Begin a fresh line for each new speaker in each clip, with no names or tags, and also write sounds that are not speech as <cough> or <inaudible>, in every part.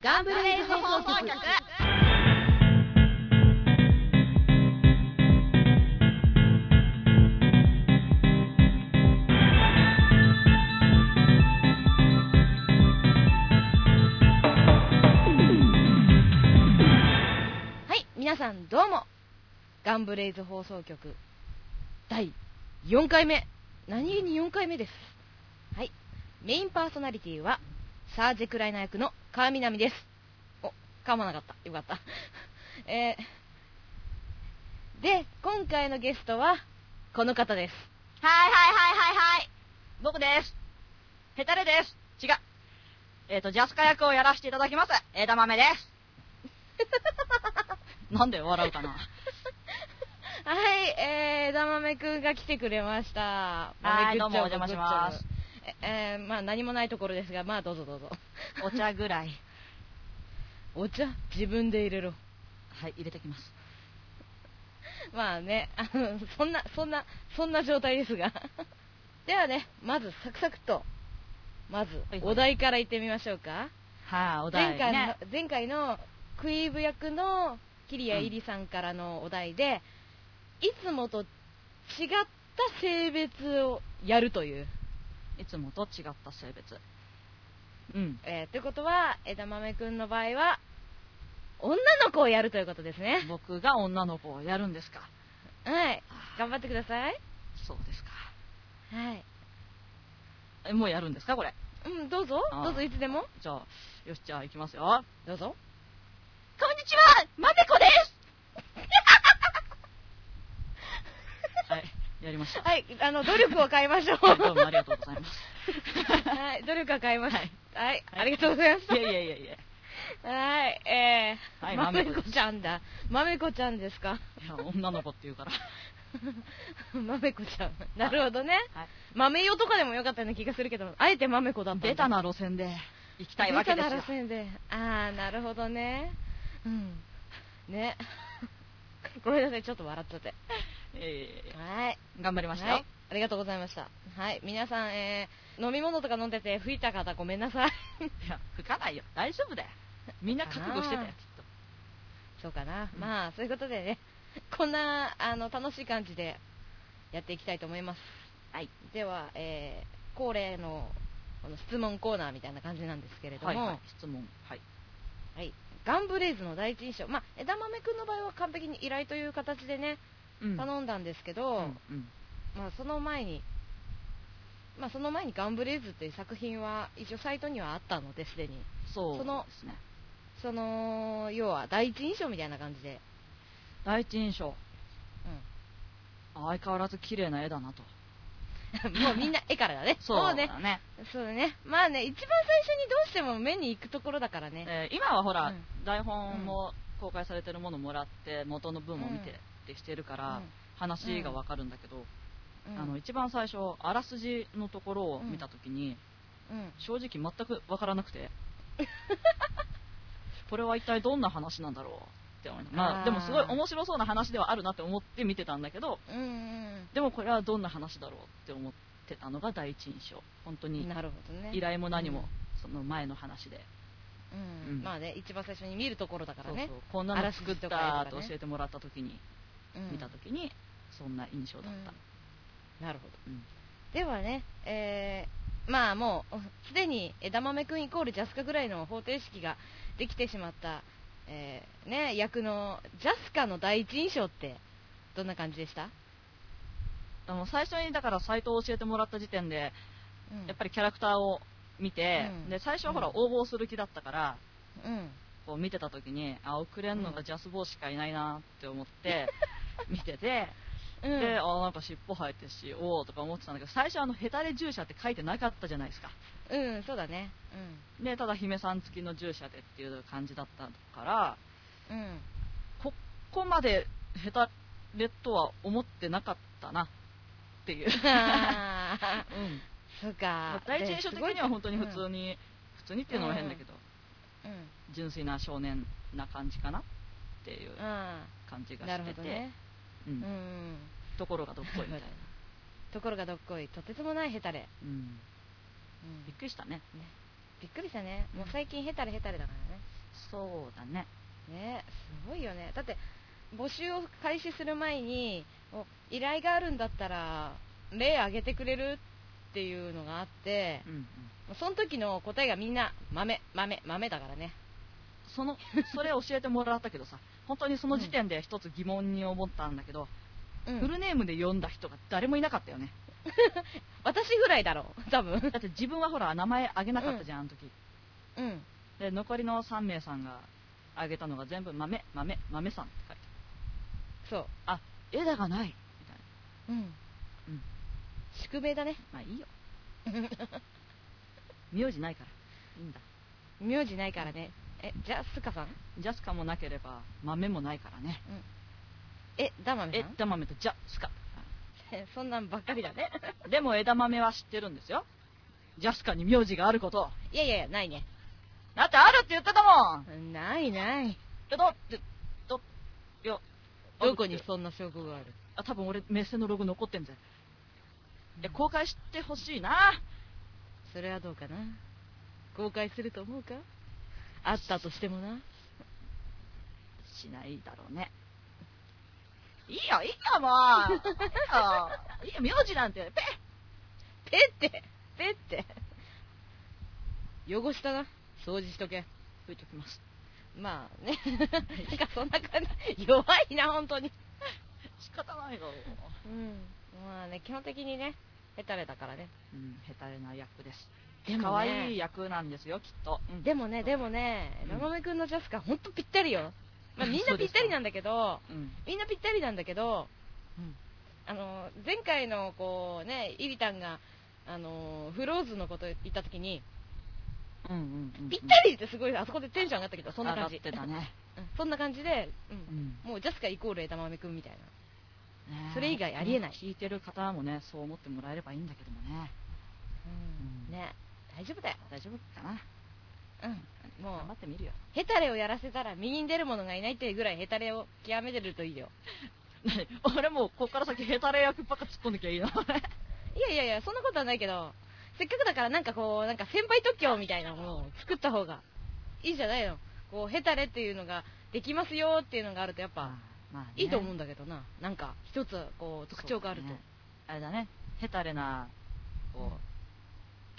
ガンブレイズ放送局はい、皆さんどうも。ガンブレイズ放送局第4回目。何気に4回目です。はい。メインパーソナリティは、サージェクライナー役の川南です。お、噛まなかった。よかった。 <laughs> えー、で、今回のゲストは、この方です。
はいはいはいはいはい。僕です。ヘタレです。違う。えっ、と、ジャスカ役をやらせていただきます。枝豆
<laughs>
です。なんで笑うかな。
はい、えー、枝豆くんが来てくれました。
は
豆ぐ
い
っちょ
どうもお邪魔します。
ぐっちょええー、まあ何もないところですが、まあどうぞどうぞ。
お茶ぐらい。
お茶自分で入れろ。
はい、入れてきます。
まあね、あの、そんな、そんな、そんな状態ですが。 <laughs> ではね、まずサクサクっと、まず
はいはい
お題からいってみましょうか。
はい、お題
前回の
ね。、
前回のクイーブ役の桐谷入さんからのお題で、いつもと違った性別をやるという。
いつもと違った性別。うん。
えー、ということは、枝豆くんの場合は、女の子をやるということですね。
僕が女の子をやるんですか。
はい。頑張ってください。
そうですか。
はい。
え、もうやるんですか、これ。
うん、どうぞ。
あー
どうぞ、いつでも。
じゃあ、よし、じゃあ行きますよ。こんに
どうぞ。
ちはまめこですはい、やりました。
はい、あの、努力を変えましょう。
<laughs> はい、どうもありがとうございます。
はい、努力を変えましょ。
はいう
はい、ありがとうございま
いやいやいやいや。い
す。はい、えー、
はい
まめ
豆子
こ
です
ちゃんだ。まめこちゃんですか。
や女の子って言うから。
<laughs> まめこちゃん。なるほどね。
はい。
豆よとかでもよかったような気がするけど、あえてまめこだったんだ。
ベタな路線で行きたいわけです
ベタ
よ
な。路線で。あー、なるほどね。うん。
<laughs>
ね。ごめんなさい、ちょっと笑っちゃって。
え
はい。
ー、頑張りましたよ。
はい。ありがとうございました。はい。皆さん、えー、飲み物とか飲んでて吹いた方ごめんなさい。
いや、吹かないよ。大丈夫だよ。みんな覚悟してたよ、
あ
き
ー
っと。
そうかな。
うん
まあ、そういうことでね、 <laughs> こんな、あの、楽しい感じでやっていきたいと思います。
はい。
では、えー、恒例の、この質問コーナーみたいな感じなんですけれども、
はい、はい、質問。はい。
はいガンブレイズの第一印象。まあ、枝豆くんの場合は完璧に依頼という形でね、
うん
頼んだんですけど、
うんうん。
まあ、その前に、まあ、その前にガンブレイズっていう作品は、一応サイトにはあったので、すでに。
そう
その
ですね。
その、要は第一印象みたいな感じ
<laughs>
で。
第一印象。あ相変わらず綺麗な絵だなと。
うん。もうみんな絵からだね。
そう
も
だ
ね。
ね。
そうだね。まあね、一番最初にどうしても目に行くところだからね。
えー今はほら、
うん
台本も公開されてるものもらって、元の文も見てってしてるから、話がわかるんだけど、
うん、
あの一番最初あらすじのところを見た時に、
うん
正直全く分から
<laughs>
なくてこれは一体どんな話なんだろうって思いながら
あ
ま
ー
あ、でもすごい面白そうな話ではあるなって思って見てたんだけど
うんうん
でもこれはどんな話だろうって思ってたのが第一印象本当
うん
に
なるほどね。
依頼も何も、その前の話で、
うん。
うん
まあね、一番最初に見るところだか
そ
ら
う
ね。
そうこんな
あら
の
す
作
じ
っ
と
た
か絵とかね
と教えてもらった時に、
うん
見た時にそんな印象だった、
なるほど。
うん
ではね、えーまあもう、すでに枝豆くんイコールジャスカぐらいの方程式ができてしまった、えーね、役のジャスカの第一印象って、どんな感じでした、
あの最初にだからサイトを教えてもらった時点で
うん
やっぱりキャラクターを見て、
うん
で最初はほら、
うん
応募する気だったから
うん。
こう見てた時にあ遅れんの
う
がジャスボーしかいないなって思って
<laughs>
見てて、
うん
であなんか尻尾生えてるしおおとか思ってたんだけど最初あのヘタレ従者って書いてなかったじゃないですか
うん、そうだね。
でただ姫さん付きの従者でっていう感じだったから
うん。う
<laughs>
ん。 <laughs>
ここまでヘタレとは思ってなかったなっていう、
あー
うん
そうか。
第一印象的には本当に普通
に。
に、普通にっていうのも変だけど、
うん。うん
純粋な少年な感じかなっていう
あ
感じ
ー
が
な
し
るほ
てて、
どね。
う
うん
ん
うん。
ところがどっこい
<laughs>
みたいな、
ところがどっこい、とてつもないヘタレ。
うん
うん
びっくりしたね
びっくりしたね。もう最近ヘタレヘタレだからね。
そうだね。
ねすごいよねだって募集を開始する前にお依頼があるんだったら例あげてくれるっていうのがあって
うん、うん。
その時の答えがみんな豆豆豆だからね
その、それ教えてもらったけどさ、本当にその時点で一つ疑問に思ったんだけど、
うん
フルネームで呼んだ人が誰もいなかったよね。
私ぐらいだろう多分
だって自分はほら、名前あげなかったじゃん、あの時。
うん
で、残りの3名さんがあげたのが全部豆、豆、豆さんって書いて
そう
ある。枝がないみたいな。
うん、
うん
宿命だね
まあいいよ。名字ないから。いいんだ。
<laughs> 名字ないからねえじゃあスカさん
ジャスカもなければ、豆もないからね。
えダマメ
え
さん、
枝豆とジャスカ。
そんなんばっかりだね
でも枝豆は知ってるんですよ。ジャスカに名字があることを。
<laughs> いやいやいやないね
だってあるって言ってたもん
ないない
え、だって、だ、いや、
どこにそんな証拠がある
あ、多分俺、メッセのログ残ってんぜ。いや、公開してほしいな。
それはどうかな公開すると思うかあったとしてもな
しないだろうね。いいよ、いいよ、も
<laughs>
う。いいよ、いいよ名字なんて、ペ
ペってペって汚したな掃除しとけ
ッ吹いておきます。
まあ <laughs> ねなんかそんな感じ弱いな本当に
仕方ないよ。
うんまあね基本的にねヘタレだからね
うん、下手れな役です。
でもね
可愛、い役なんですよ、きっと。うん
でもねでもね
うん
ラマメ君のジャスカ本当ぴったりよ、まあ、みん
そ
な
う
ぴ
で
っ
すか
たりなんだけど
うん。
みんなぴったりなんだけど、
うん
あの前回のこうねイリタンがあのフローズのこと言った時に、
うんうんうん。
ぴったりってすごいあそこでテンション上がったけどそんな感じ
上がってたね。
うんそんな感じで、うん
うん。
もうジャスカイコール枝豆くんみたいな
ねえ
それ以外ありえない
聞いてる方もね、そう思ってもらえればいいんだけどもね。うん
ね大丈夫だよ、
大丈夫かな
うん、も
頑張
う
ってみるよ。 <laughs>
ヘタレをやらせたら右に出る者がいないっていうぐらいヘタレを極めてるといいよ
俺もうこっから先ヘタレ役ばっか突っ込んできゃいいの
いやいやいやそんなことはないけどせっかくだからなんかこうなんか先輩特許みたいなものを作った方がいいじゃないのこうヘタレっていうのができますよっていうのがあるとやっぱ
まあね
いいと思うん
だ
だけどな、なんか一つこう特徴があると、
あれだねヘタレな
うん
こ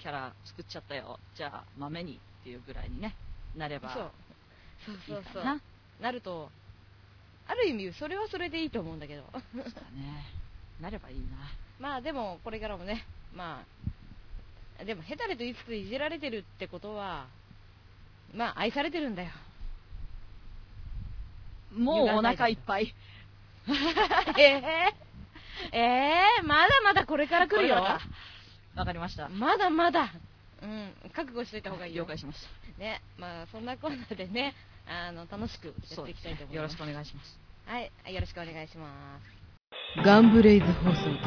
うキャラ作っちゃったよじゃあ豆にっていうぐらいにねなれば
そうそう
い
そう
い
そ
か
う
な
なるとある意味それはそれでいいと思うんだけど
そうだねなればいいな
<laughs> まあでもこれからもねまあでもヘタレと言いつついじられてるってことはまあ愛されてるんだよ
もうお腹いっぱい
<laughs> ええええまだまだこれから来るよ
これからわかりました
まだまだうん覚悟しといた方がいいよ
了解しまし
ねまあそんなこんなでねあの楽しくや
たそ
っ
う
てい
で
き
す
たいと
ね
思いま
よろ
す
しくお願いします
はい、よろしくお願いします。ガンブレイズ放送局。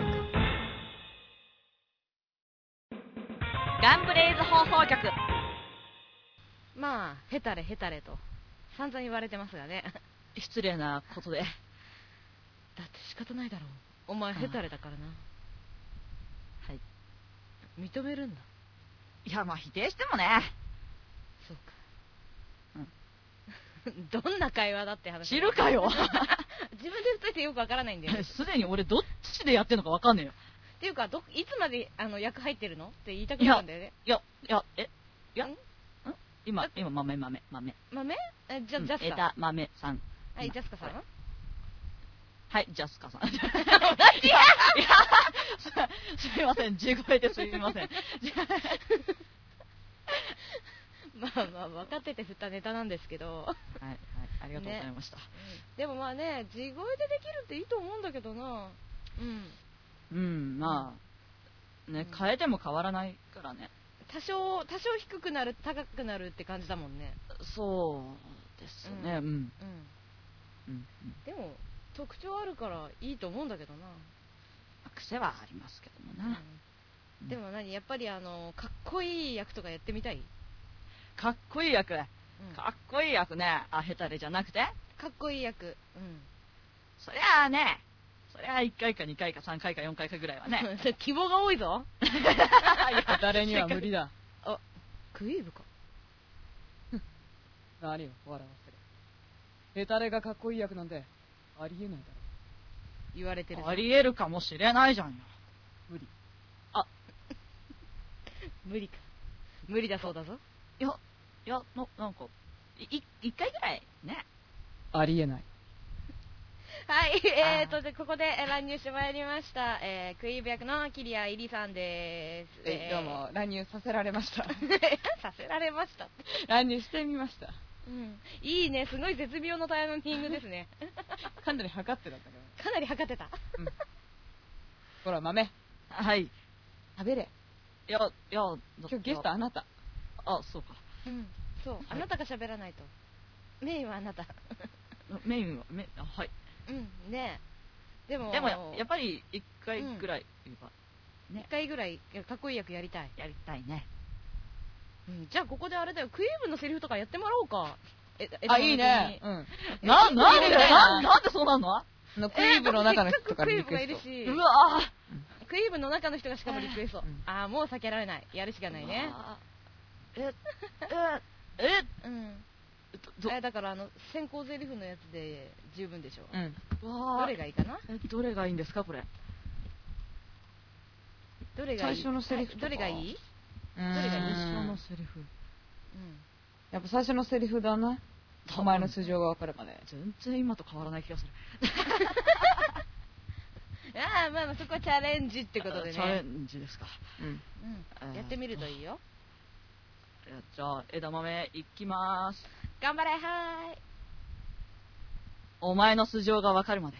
ガンブレイズ放送局
まあ、ヘタレヘタレと、散々言われてますが
<laughs>
ね。
失礼なことで
だって仕方ないだろう。お前ヘタレだからな。
はい
認めるんだ。 <laughs>
いやまあ否定してもね
そうか。どんな会話だって話。
知るか
<laughs>
よ
自分で言っといてよくわからないん
<laughs>
だよ。っ
すでに俺どっちでやってんのかわかんねえよ
ていうか、ど、いつまで、あの、役入ってるのって言いたくなるんだよね。
いや、いや、え、いや、
ん
ん今、今、豆、豆、豆。
豆え、じゃ、
うん
ジャスカ。
枝豆さん。
はい、ジャスカさん。
これはい、ジャスカさん。いや、 <laughs> すすいません、地声ですいません。
<laughs> まあまあ、分かってて振ったネタなんですけど。
はい、はい、ありがとうございました。
でもまあね、地声でできるっていいと思うんだけどな。うん。
うん、まあ、ね、変えても変わらないからね。
多少、多少低くなる、高くなるって感じだもんね。
そうですね、うん。うん
うん。
うん
でも、特徴あるからいいと思うんだけどな。
癖はありますけども
うん
な。うん
でも何やっぱりあの、かっこいい役とかやってみたい、
かっこいい役。
うん、か
かっこいい役ね。あ、ヘタレじゃなくて。
っこいい役。うん。
そりゃあね、そりゃあ1回か2回か3回か4回かぐらいはね。 <laughs>
<laughs> 希望が多いぞ。
誰には無理だ。
クイーブか。
何を笑わせる。ヘタレがかっこいい役なんて、ありえないだろ。
言われてるぞ
ありえるかもしれないじゃんよ。
無理。
無理か無理だそうだぞ
いや、いや、ななんか、い、い一回ぐらい、ね。
ありえない。
はい、
ー
えーと、で、ここでえー乱入してまいりました、えー、クイーブ役のキリア・イリさんです。
えい、どうも、乱入させられました。
えー。させられましたって。
乱入してみました。
うん。いいね、すごい絶妙のタイミングですね。
かなり測ってだった
<laughs>
けど。
かなり測ってた。
うん。ほら、豆、
はい。い
食べれ。
や、いや、今
今日ゲストあなた。
あ、そうか。
うん。そう、あなたが喋らないと。メインはあなた。
メインは、メあはい。
うん、ねえ。でも、
でもや、やっぱり、一回ぐらい、言えば、
一回ぐらいかっこいい役やりたい。
やりたいね。
うん、じゃあここであれだよ、クイーブのセリフとかやってもらおうか。え、え
あ、いいね。。うん。
な、なんで、
みたいな
な、なんでそうなんの
あのク
え
イーブの中の
せ
人
っか
と
く
か
クイ
リ
ーブ
ク
が
エ
い
ス
る
ト。
し。
うわぁ。
クイーブの中の人がしかもリクエスト
うん。
ああ、もう避けられない。やるしかないね。
うわぁ。え、え、
うん。
え、ど、
えだから、あの、先行台詞のやつで十分でしょ。
うん。
ど、わ
ど
ぁ
れがいいかな
えどれがいいんですか、これ。
どれがいい
最初のセリフ
は
と
い
か
どれがいい
うん
最
最初のセリフ。
うん。
やっぱ最初のセリフだな。お前の素性が分かるまで。
全然今と変わらない気がする。
ああ、まあまあ、そこはチャレンジってことで
チャレ
ね。
ンジですか。
うん。
うん。やってみるといいよ。
いやじゃあ、枝豆、いきまーす。
頑張れ、はーい。
お前の素性がわかるまで、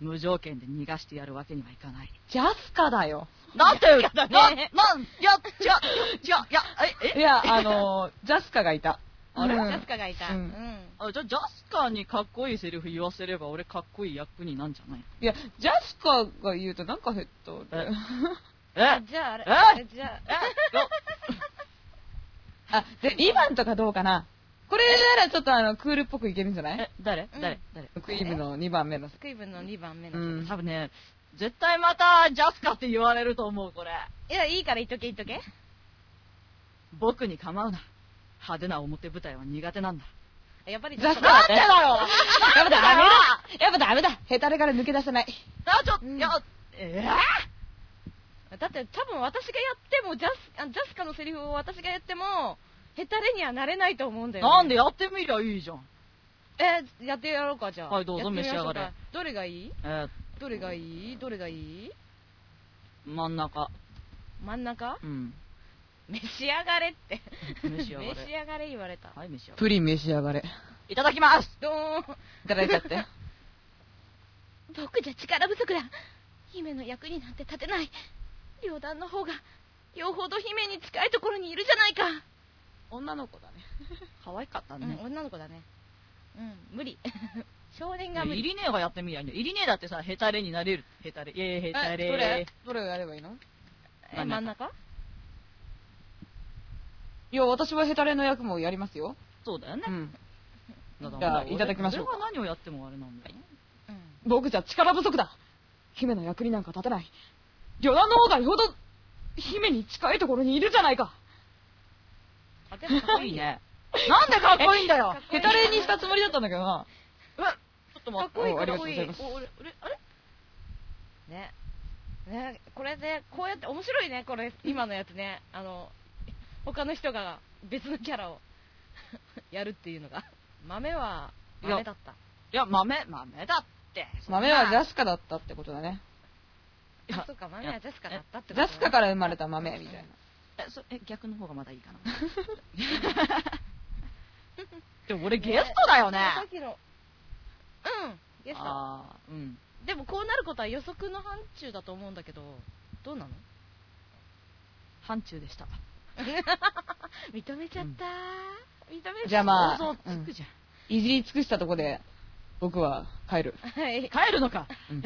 無条件で逃がしてやるわけにはいかない。
ジャスカだよ。
なんて、な、
だ
なん、い
ね
や、じゃ、じゃ、いや、え、え
いや、あのー、ジャスカがいた。
あれジ
うん
ャスカがいた。う
うん
ん。
あじゃ、ジャスカーにかっこいいセリフ言わせれば、俺かっこいい役になんじゃない
いや、ジャスカが言うとなんか減ったね。
え
じゃあ、あれ
え
じゃあ、
あ、で、2番とかどうかな。これならちょっとあの、クールっぽくいけるんじゃな
え、
い
え、誰
うん
誰誰
クイームの2番目の。
クイーブの2番目
う
の。
ん。
多分ね、絶対また、ジャスカって言われると思う、これ。
いや、いいから言っとけ言っとけ。
僕に構うな。派手な表舞台は苦手なんだ。
やっぱり
ジャスカ
だ
だね。
やっぱダメだやっぱダメだ
ヘタレから抜け出せない。
あ、ちょ、
うん
いや、え
だって多分私がやってもジャスあジャスカのセリフを私がやってもヘタレにはなれないと思うんだ
ー
よ、ね、
なんでやってみりゃいいじゃん。
えーやってやろうかじゃあ
はいどう
や
ぞ
ってみましょか
召し上がれ
どれがいい
え
どれがいいどれがいい
ー、真ん中。
真ん中
うん。
召し上がれって
召し上が
召
れ
し上がれ言われた
はい、召し上が
プリン召し上がれ。
れ。いただきます
どーん
いただいち
<laughs>
ゃって。
僕じゃ力不足だ姫の役になんて立てない両団の方がよほど姫に近いところにいるじゃないか、
女の子だね。
可愛かった
うん
ね。
女の子だねうん無理 <laughs> 少年
い
が
や
無
イ
理
リネーがやってみりゃいいんだよ。イリネーだってさ、ヘタレになれる。ヘタレ。イェーイ、ヘタ
どれ
レ。
どれをやればいいの
え真ん中
いや、私はヘタレの役もやりますよ。
そうだよね
う。ん。
だから
じゃあ
俺
いただきましょうか
俺が何をやってもあれなんだよ。
うん
僕じゃ力不足だ。姫の役になんか立てない。旅団の方がよほど、姫に近いところにいるじゃないか。
あ、でもかっこいいね。
ね。なんでかっこいいんだ
か
よ
っこいい
<laughs> ヘタレにしたつもりだったんだけどな。
うわちょっ
<laughs>
と
か
待
っ
って。
こいい、
お
か
あ
っ
りがと
こい
うご
い
ざいます
お俺、あれ
ね。ね、これで、こうやって、面白いね、これ、今のやつね。あの、他の人が別のキャラを <laughs> やるっていうのが。豆は、
いや
豆だった。
いや、豆、豆だって。
豆はジャスカだったってことだね。
いや
あ、そうか、豆はジャスカだったってこと
ジ
ね
ャスカから生まれた豆みたいな。
え、そえ逆の方がまだいいかな。でも俺ゲストだよね。
さっきの、うん、ゲスト。
あーうん。
でも、こうなることは予測の範疇だと思うんだけど、どうなの
範疇でした。
認めちゃったー。認めちゃった。
じゃあまあ
想像つくじゃん。
いじり尽くしたとこで、僕は帰る。
はい。
帰るのか。
うん、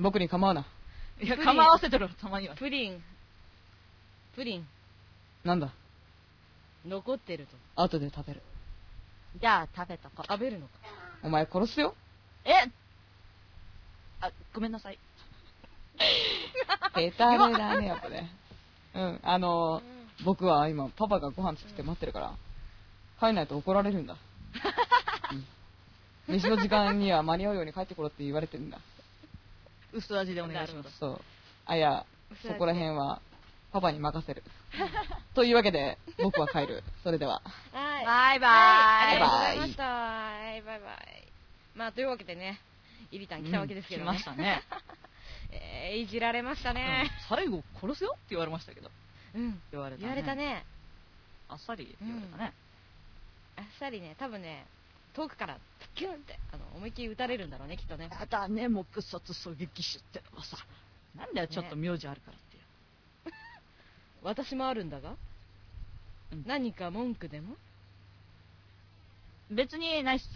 僕に構うな。
いや、
プリン
構わせてろ、たまには。
プリン。プリン、
なんだ
残ってると。
後で食べる。
じゃあ、食べとこ
食べるのか。
お前殺すよ。 <laughs>
えあ、ごめんなさい。
ヘタレだね、やっぱね。うん、あのー僕は今、パパがご飯作って待ってるから、帰んないと怒られるん <laughs> だ。うん飯の時間には間に合うように帰ってころって言われてるんだ。
嘘味でお願いします。
そう。あ、いや、そこら辺は、パパに任せ <laughs> る。というわけで、僕は帰る。それでは。
はい。
バイバ
はい、あ
イ。
りがとうございました。はいバイバイ。まあ、というわけでね、イリタン来たわけですけど
う
ね
ん来ま。したね。
えーいじられましたね。
最後殺すよって言われましたけど。
うん。
言われたね。
言われた。ね。
あっさり言われたね。
あっさりね、多分ね、遠くから、キュンって、あの、思いっきり撃たれるんだろうね、きっとね。
あだね、もうクソツ狙撃手ってのはさ。なんだよ、ちょっと名字あるからってよ。
私もあるんだが
うん。
何か文句でも
別にないっす。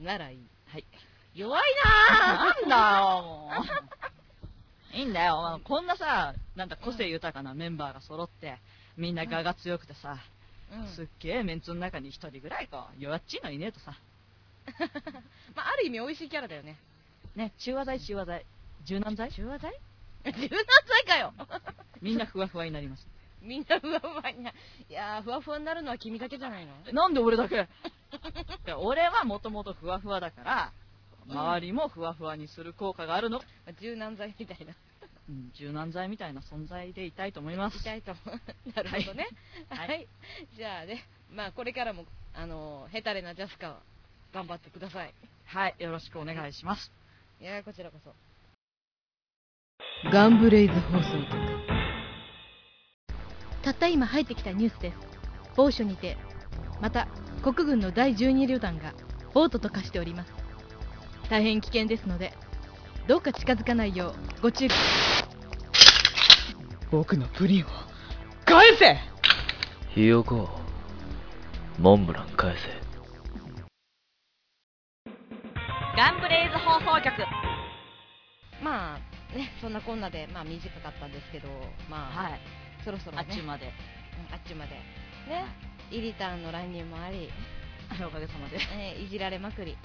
ならいい。
はい。
弱い
なんだよ、もう。いいんだよ、あのこんなさ、なんだ、個性豊かなメンバーが揃って、みんな我が強くてさ、 <laughs>
なうん
すっげえメンツの中に一人ぐらいか、弱っちいのいねえとさ、
まあ、ある意味美味しいキャラだよね。
ね、中和剤、中和剤、柔軟剤
中和剤柔軟剤
<laughs>
かよ
みんなふわふわになります。
みんなふわふわにな。いやー、ふわふわになるのは君だけじゃないの
なんで俺だけいや俺はもともとふわふわだから、周りもふわふわにする効果があるの。
まあ柔軟剤みたいな。
うん柔軟剤みたいな存在でいたいと思います。
痛いと思う。
<laughs>
なるほどね。は。
はいい
じゃあね、まあこれからも、あのー、ヘタレなジャスカは頑張ってください。
はい、よろしくお願いします。
いやーこちらこそ。ガンブレイズ放送局。たった今入ってきたニュースです。某所にて、また国軍の第12旅団がボートと化しております。大変危険ですので、どうか近づかないようご注意。
僕のプリンを、返せ
ひよこモンブラン返せ
ガンブレイズ放送局。
まあね、そんなこんなでまあ短かったんですけど、まあ、
はい、
そろそろ
あ
ね
っちまで。
うんあっちまでね、イリタンの乱入もあり、
おかげさまで
えーいじられまくり、は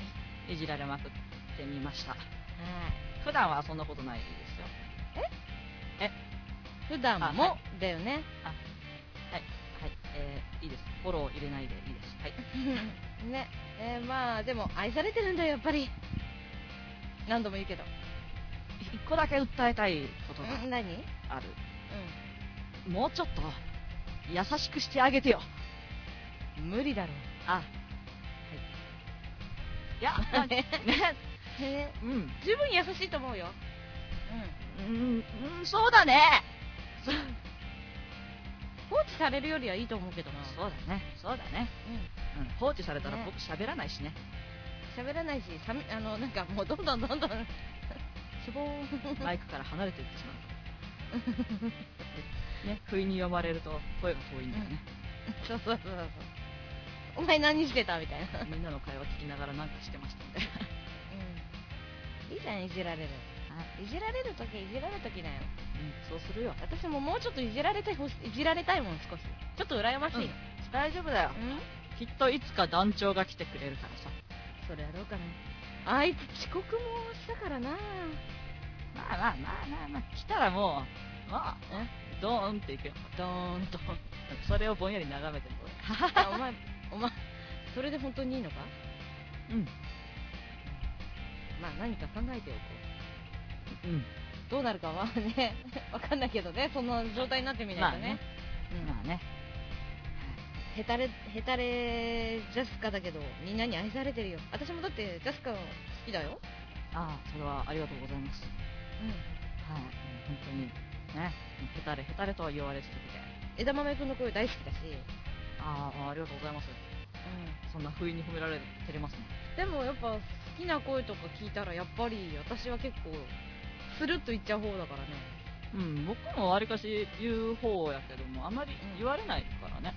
い
いじられまくってみました。普段はそんなことないですよ。
普段も、
あは
だよね、
はい、えー、いいです。フォロー入れないでいいです。はい。
ね、えーまあでも愛されてるんだよやっぱり、何度も言うけど、
一個だけ訴えたいことが
ん、何？うん、
ある。もうちょっと、優しくしてあげてよ。
無理だろ
あ、はい。いや、まあね、
う、え
うん、
ー十分優しいと思うよ、
うん、うん、そうだね。
放置されるよりはいいと思うけどな、
そうだね、そうだね。
う
うん、放置されたら
ね
僕喋らないしね。
ん、喋らないし、さみあのなんかもうどんどんどんどんしぼーん、
マイクから離れていってしまう。 <laughs> ね、不意に読まれると声が遠いんだよね。
<laughs> そうそうそうそう、お前何してたみたいな。
みんなの会話聞きながらなんかしてましたんで。
うんいいじゃんいじられる
はい
じられるときいじられるときだよ
うん、そうするよ。
私ももうちょっといじられてほしいじられたいもん少しちょっと羨ましいの、うん
大丈夫だよ。きっといつか団長が来てくれるからさ。
それやろうかなあいつ遅刻もしたからな
まあまあまあまあまあ、来たらもう、まあ、ドーンっていくよ。
ドーンと
それをぼんやり眺めても
<laughs>
ら
あお前お前それで本当にいいのか
う。うん、
まあ何か考えておこ
うん。
うどうなるかはね <laughs> わかんないけどねその状態になってみないとね,、
まあね。
ヘタレヘタレジャスカだけどみんなに愛されてるよ私もだってジャスカ好きだよ
ああ、それはありがとうございます。
うん
はい、もう本当に、ね、ヘタレヘタレとは言われ続けて、
枝豆くんの声大好きだし、
ああ、ありがとうございます。そんな不意に褒められて照れますね。
でもやっぱ好きな声とか聞いたらやっぱり私は結構スルッと言っちゃう方だからね
うん、僕もわりかし言う方やけども、あまり言われないからね。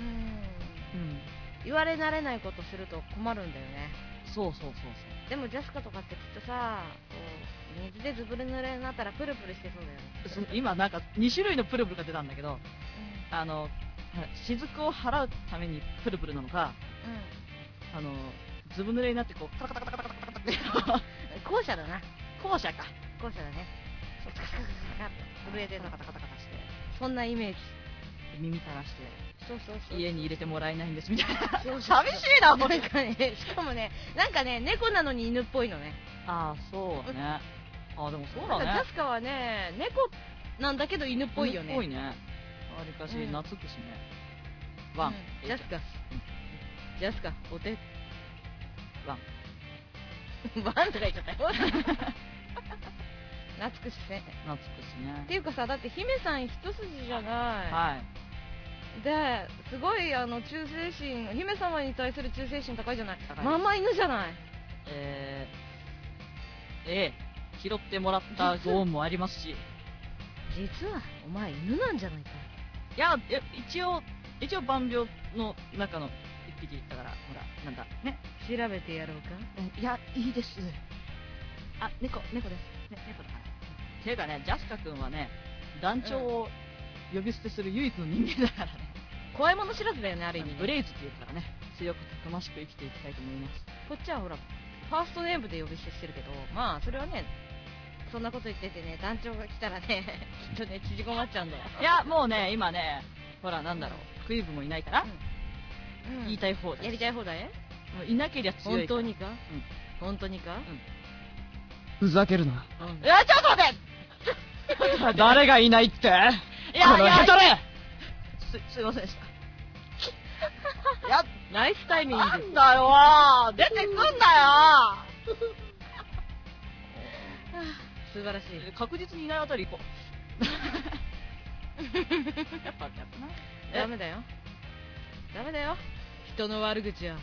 うん
うん、
言われ慣れないことすると困るんだよね
そうそうそう
でもジャスカとかってきっとさこう水でずぶ濡れになったらプルプルしてそうだよね
そう。今なんか2種類のプルプルが出たんだけど、あの、雫を払うためにプルプルなのか、あの、ずぶ濡れになってこう、カタカタカタカタカタカタカタ <laughs> って、
うん後者だな
校舎か。
後者だねカカカカカカカって震えてる
カタカタカタカタして、
そんなイメージ
耳垂らして、
そうそうそう
家に入れてもらえないんですみたいな
そうそうそう
寂しいな
な
俺
んかねしかもねなんかね猫なのに犬っぽいのね
ああそうねああでもそう
なんかジ
だ
ャ
ね
スカはね猫なんだけど犬っぽいよね
っぽいねわりかし
うん
懐くしねワン
うんジャスカジャスカお手
ワ
<laughs>
ン
バンとか言っちゃったよ懐くしね
懐くしね
っていうかさだって姫さん一筋じゃない、
はい
ですごいあの忠誠心姫様に対する忠誠心高いじゃない
高いです
まあまあ犬じゃない
えー、ええ拾ってもらったご恩もあります <laughs> しい
実はお前犬なんじゃないか
やいや一応一応万病の中の一匹だからほらなんだね
調べてやろうか
いや、いいです。あ、猫、猫です。ね、猫だから。ていうかね、ジャスカ君はね、団長を呼び捨てする唯一の人間だからね。
怖いもの知らずだよねある意味ね
ブレイズっていうからね、強くたくましく生きていきたいと思います。
こっちはほらファーストネームで呼び捨てしてるけどまあそれはねそんなこと言っててね団長が来たらね <laughs> きっとね縮こまっちゃうんだよ、
いや、もうね、今ね、ほら、なんだろう、クイブもいないから、言いた
い
い方だし
やりたい放題
もういなけりゃ強
本
いから。
当にか、本当にか、
ふざけるな。
いや、ちょっと待って
誰がいないって
いや、
こ
い
のヘ
や
タレ
す、すいませんでした。
ナイスタイミング
なんだよー出てくんなよ
素晴らしい
ー確実にいないあたり行こ
<laughs>
う。やっぱ、やっぱな。え
ダメだよダメだよ人の悪口は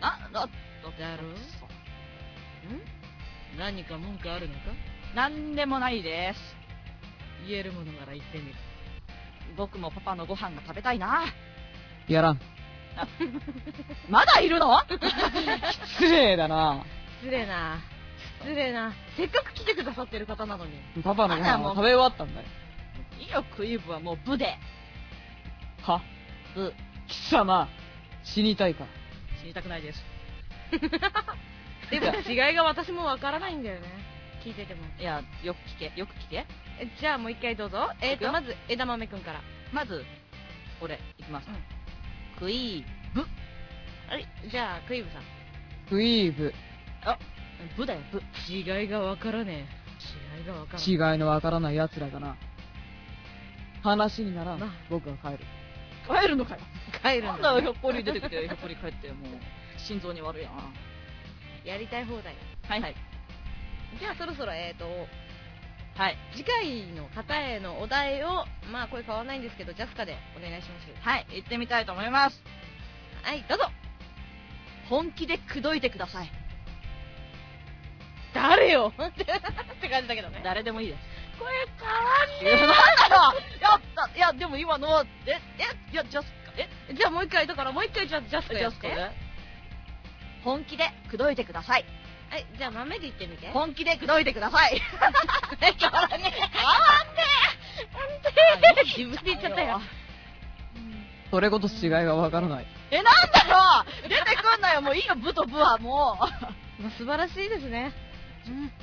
な、な、
だろ何か文句あるのか
なんでもないです。
言えるものなら言ってみる
僕もパパのご飯が食べたいな。
やらん。
まだいるの
失礼だな。
失礼な失礼なせっかく来てくださってる方なのに
パパのご飯は食べ終わったんだよ。
いいよ、クイーブはもう部で。
は
部。
貴様、死にたいか。
死にたくないです。
<laughs> でも違いが私もわからないんだよね聞いてても
いや、よく聞け、よく聞け。
えじゃあもう一回どうぞえっ、
いく
と
よ
まず枝豆くんから
まず、俺、いきます。
うん
クイー
はいじゃあクイブさん
クイーブ、
ブ。部だよ、部。
違いがわからねえ違いがわから
違いのわからない奴らだな。話にならん
な。
僕は帰る。
帰るのかよ。
帰る
なんん
だ
だよ、ひょっこり出てきて、 <laughs> ひょっこり帰って、もう、心臓に悪いな。
やりたい放題
はいはい。
じゃあそろそろえっ、と
はい。
次回の方へのお題をまあこれ変わらないんですけどジャスカでお願いします
はい、行ってみたいと思います。
はいどうぞ
本気で口説いてください。
誰よ <laughs> って感じだけどね
誰でもいいです。
これ変
いや、 <laughs> なんだよやったいや、でも今のは、え、え、いや、ジャスカ、え、
わんじゃあもう一回だからもう一回じゃあジャス
ジ
カや
ャ
っ
ス
て
カね。本気で口説いてください。
はいじゃあ豆で言ってみて
本気で口説いてください。
<laughs> 変わらねえ変わんねえ自分で言っちゃった <laughs> よ。
それこそ違いがわからない。
え、なんだよ出てくんなよもういいよ、ブとブはもう。
まあ、素晴らしいですね、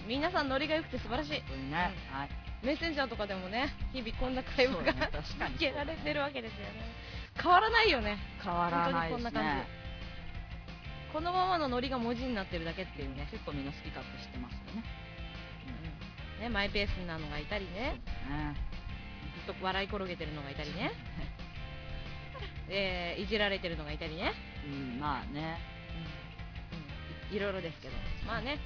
皆さんノリが良くて素晴らしい
ね、はい。
メッセンジャーとかでもね日々こんな会話
そう
が
だね確かに
続けられてるわけですよね変わらないよね
変わらないで
本当にこ
す
んな感
ね。
このままのノリが文字になってるだけっていうね,、
結構みんな好き勝手してますよね。
うん、ねマイペースなのがいたりね
ね
ずっと笑い転げてるのがいたりねえーいじられてるのがいたりね、
うん、まあね。
うんいいろいろですけどまあね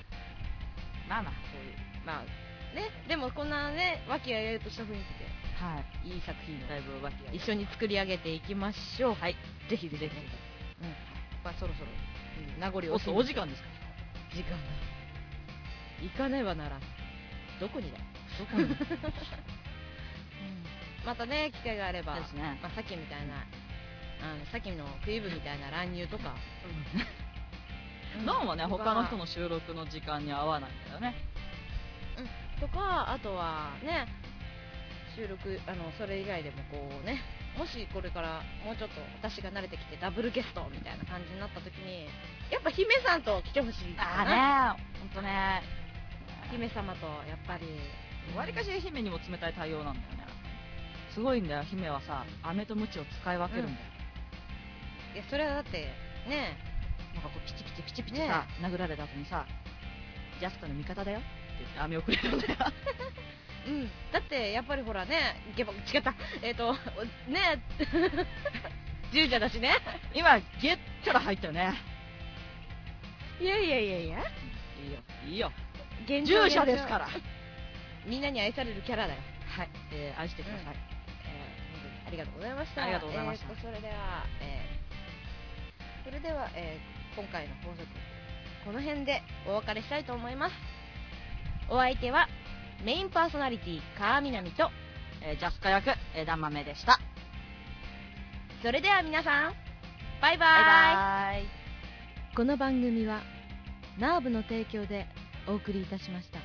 まあまあ、そういう。
まあねでもこんなね和気あいあいとした雰囲気
はい。
でいい作品を
だいぶ浮気が。
一緒に作り上げていきましょうはいぜひぜひね
ぜひぜ
うんまあそろそろ、うん名残惜
お
し
っ
ん
と、
で
お時間ですか
時間だ行かねばならんどこにだよ
どこに
<laughs> またね機会があれば、
ですね
まあ、さっきみたいなあのさっきのクイブみたいな乱入とか
ノンはね、他の人
の
の収録の時間に合わないんだよね。
とかあとはね収録あのそれ以外でもこうねもしこれからもうちょっと私が慣れてきてダブルゲストみたいな感じになった時にやっぱ姫さんと来てほしいかな
あね、ほんとね。
姫様とやっぱり
わりかし愛媛にも冷たい対応なんだよね。すごいんだよ姫はさ飴と鞭を使い分けるんだよ、
いやそれはだってね
なんかこうピチピチピチピチ
ね
さ、殴られた後にさジャスタの味方だよって言って飴をくれるんだよ
えうんだってやっぱりほらねゲバ違ったえっ、とねえ <laughs> 従者だしね
今ゲッチャラ入ったよね
いやいやいやいや
いいよいいよ
現状
従者ですから
みんなに愛されるキャラだよ、
はい、えー、愛してください、
えー本当にありがとうございました
ありがとうございました
えーとそれでは、えーそれでは、えー今回の放送局この辺でお別れしたいと思いますお相手はメインパーソナリティ川南と
えージャスカ役、えー、ダンマメでした
それでは皆さんバイバイ
バイバイ
この番組はナーブの提供でお送りいたしました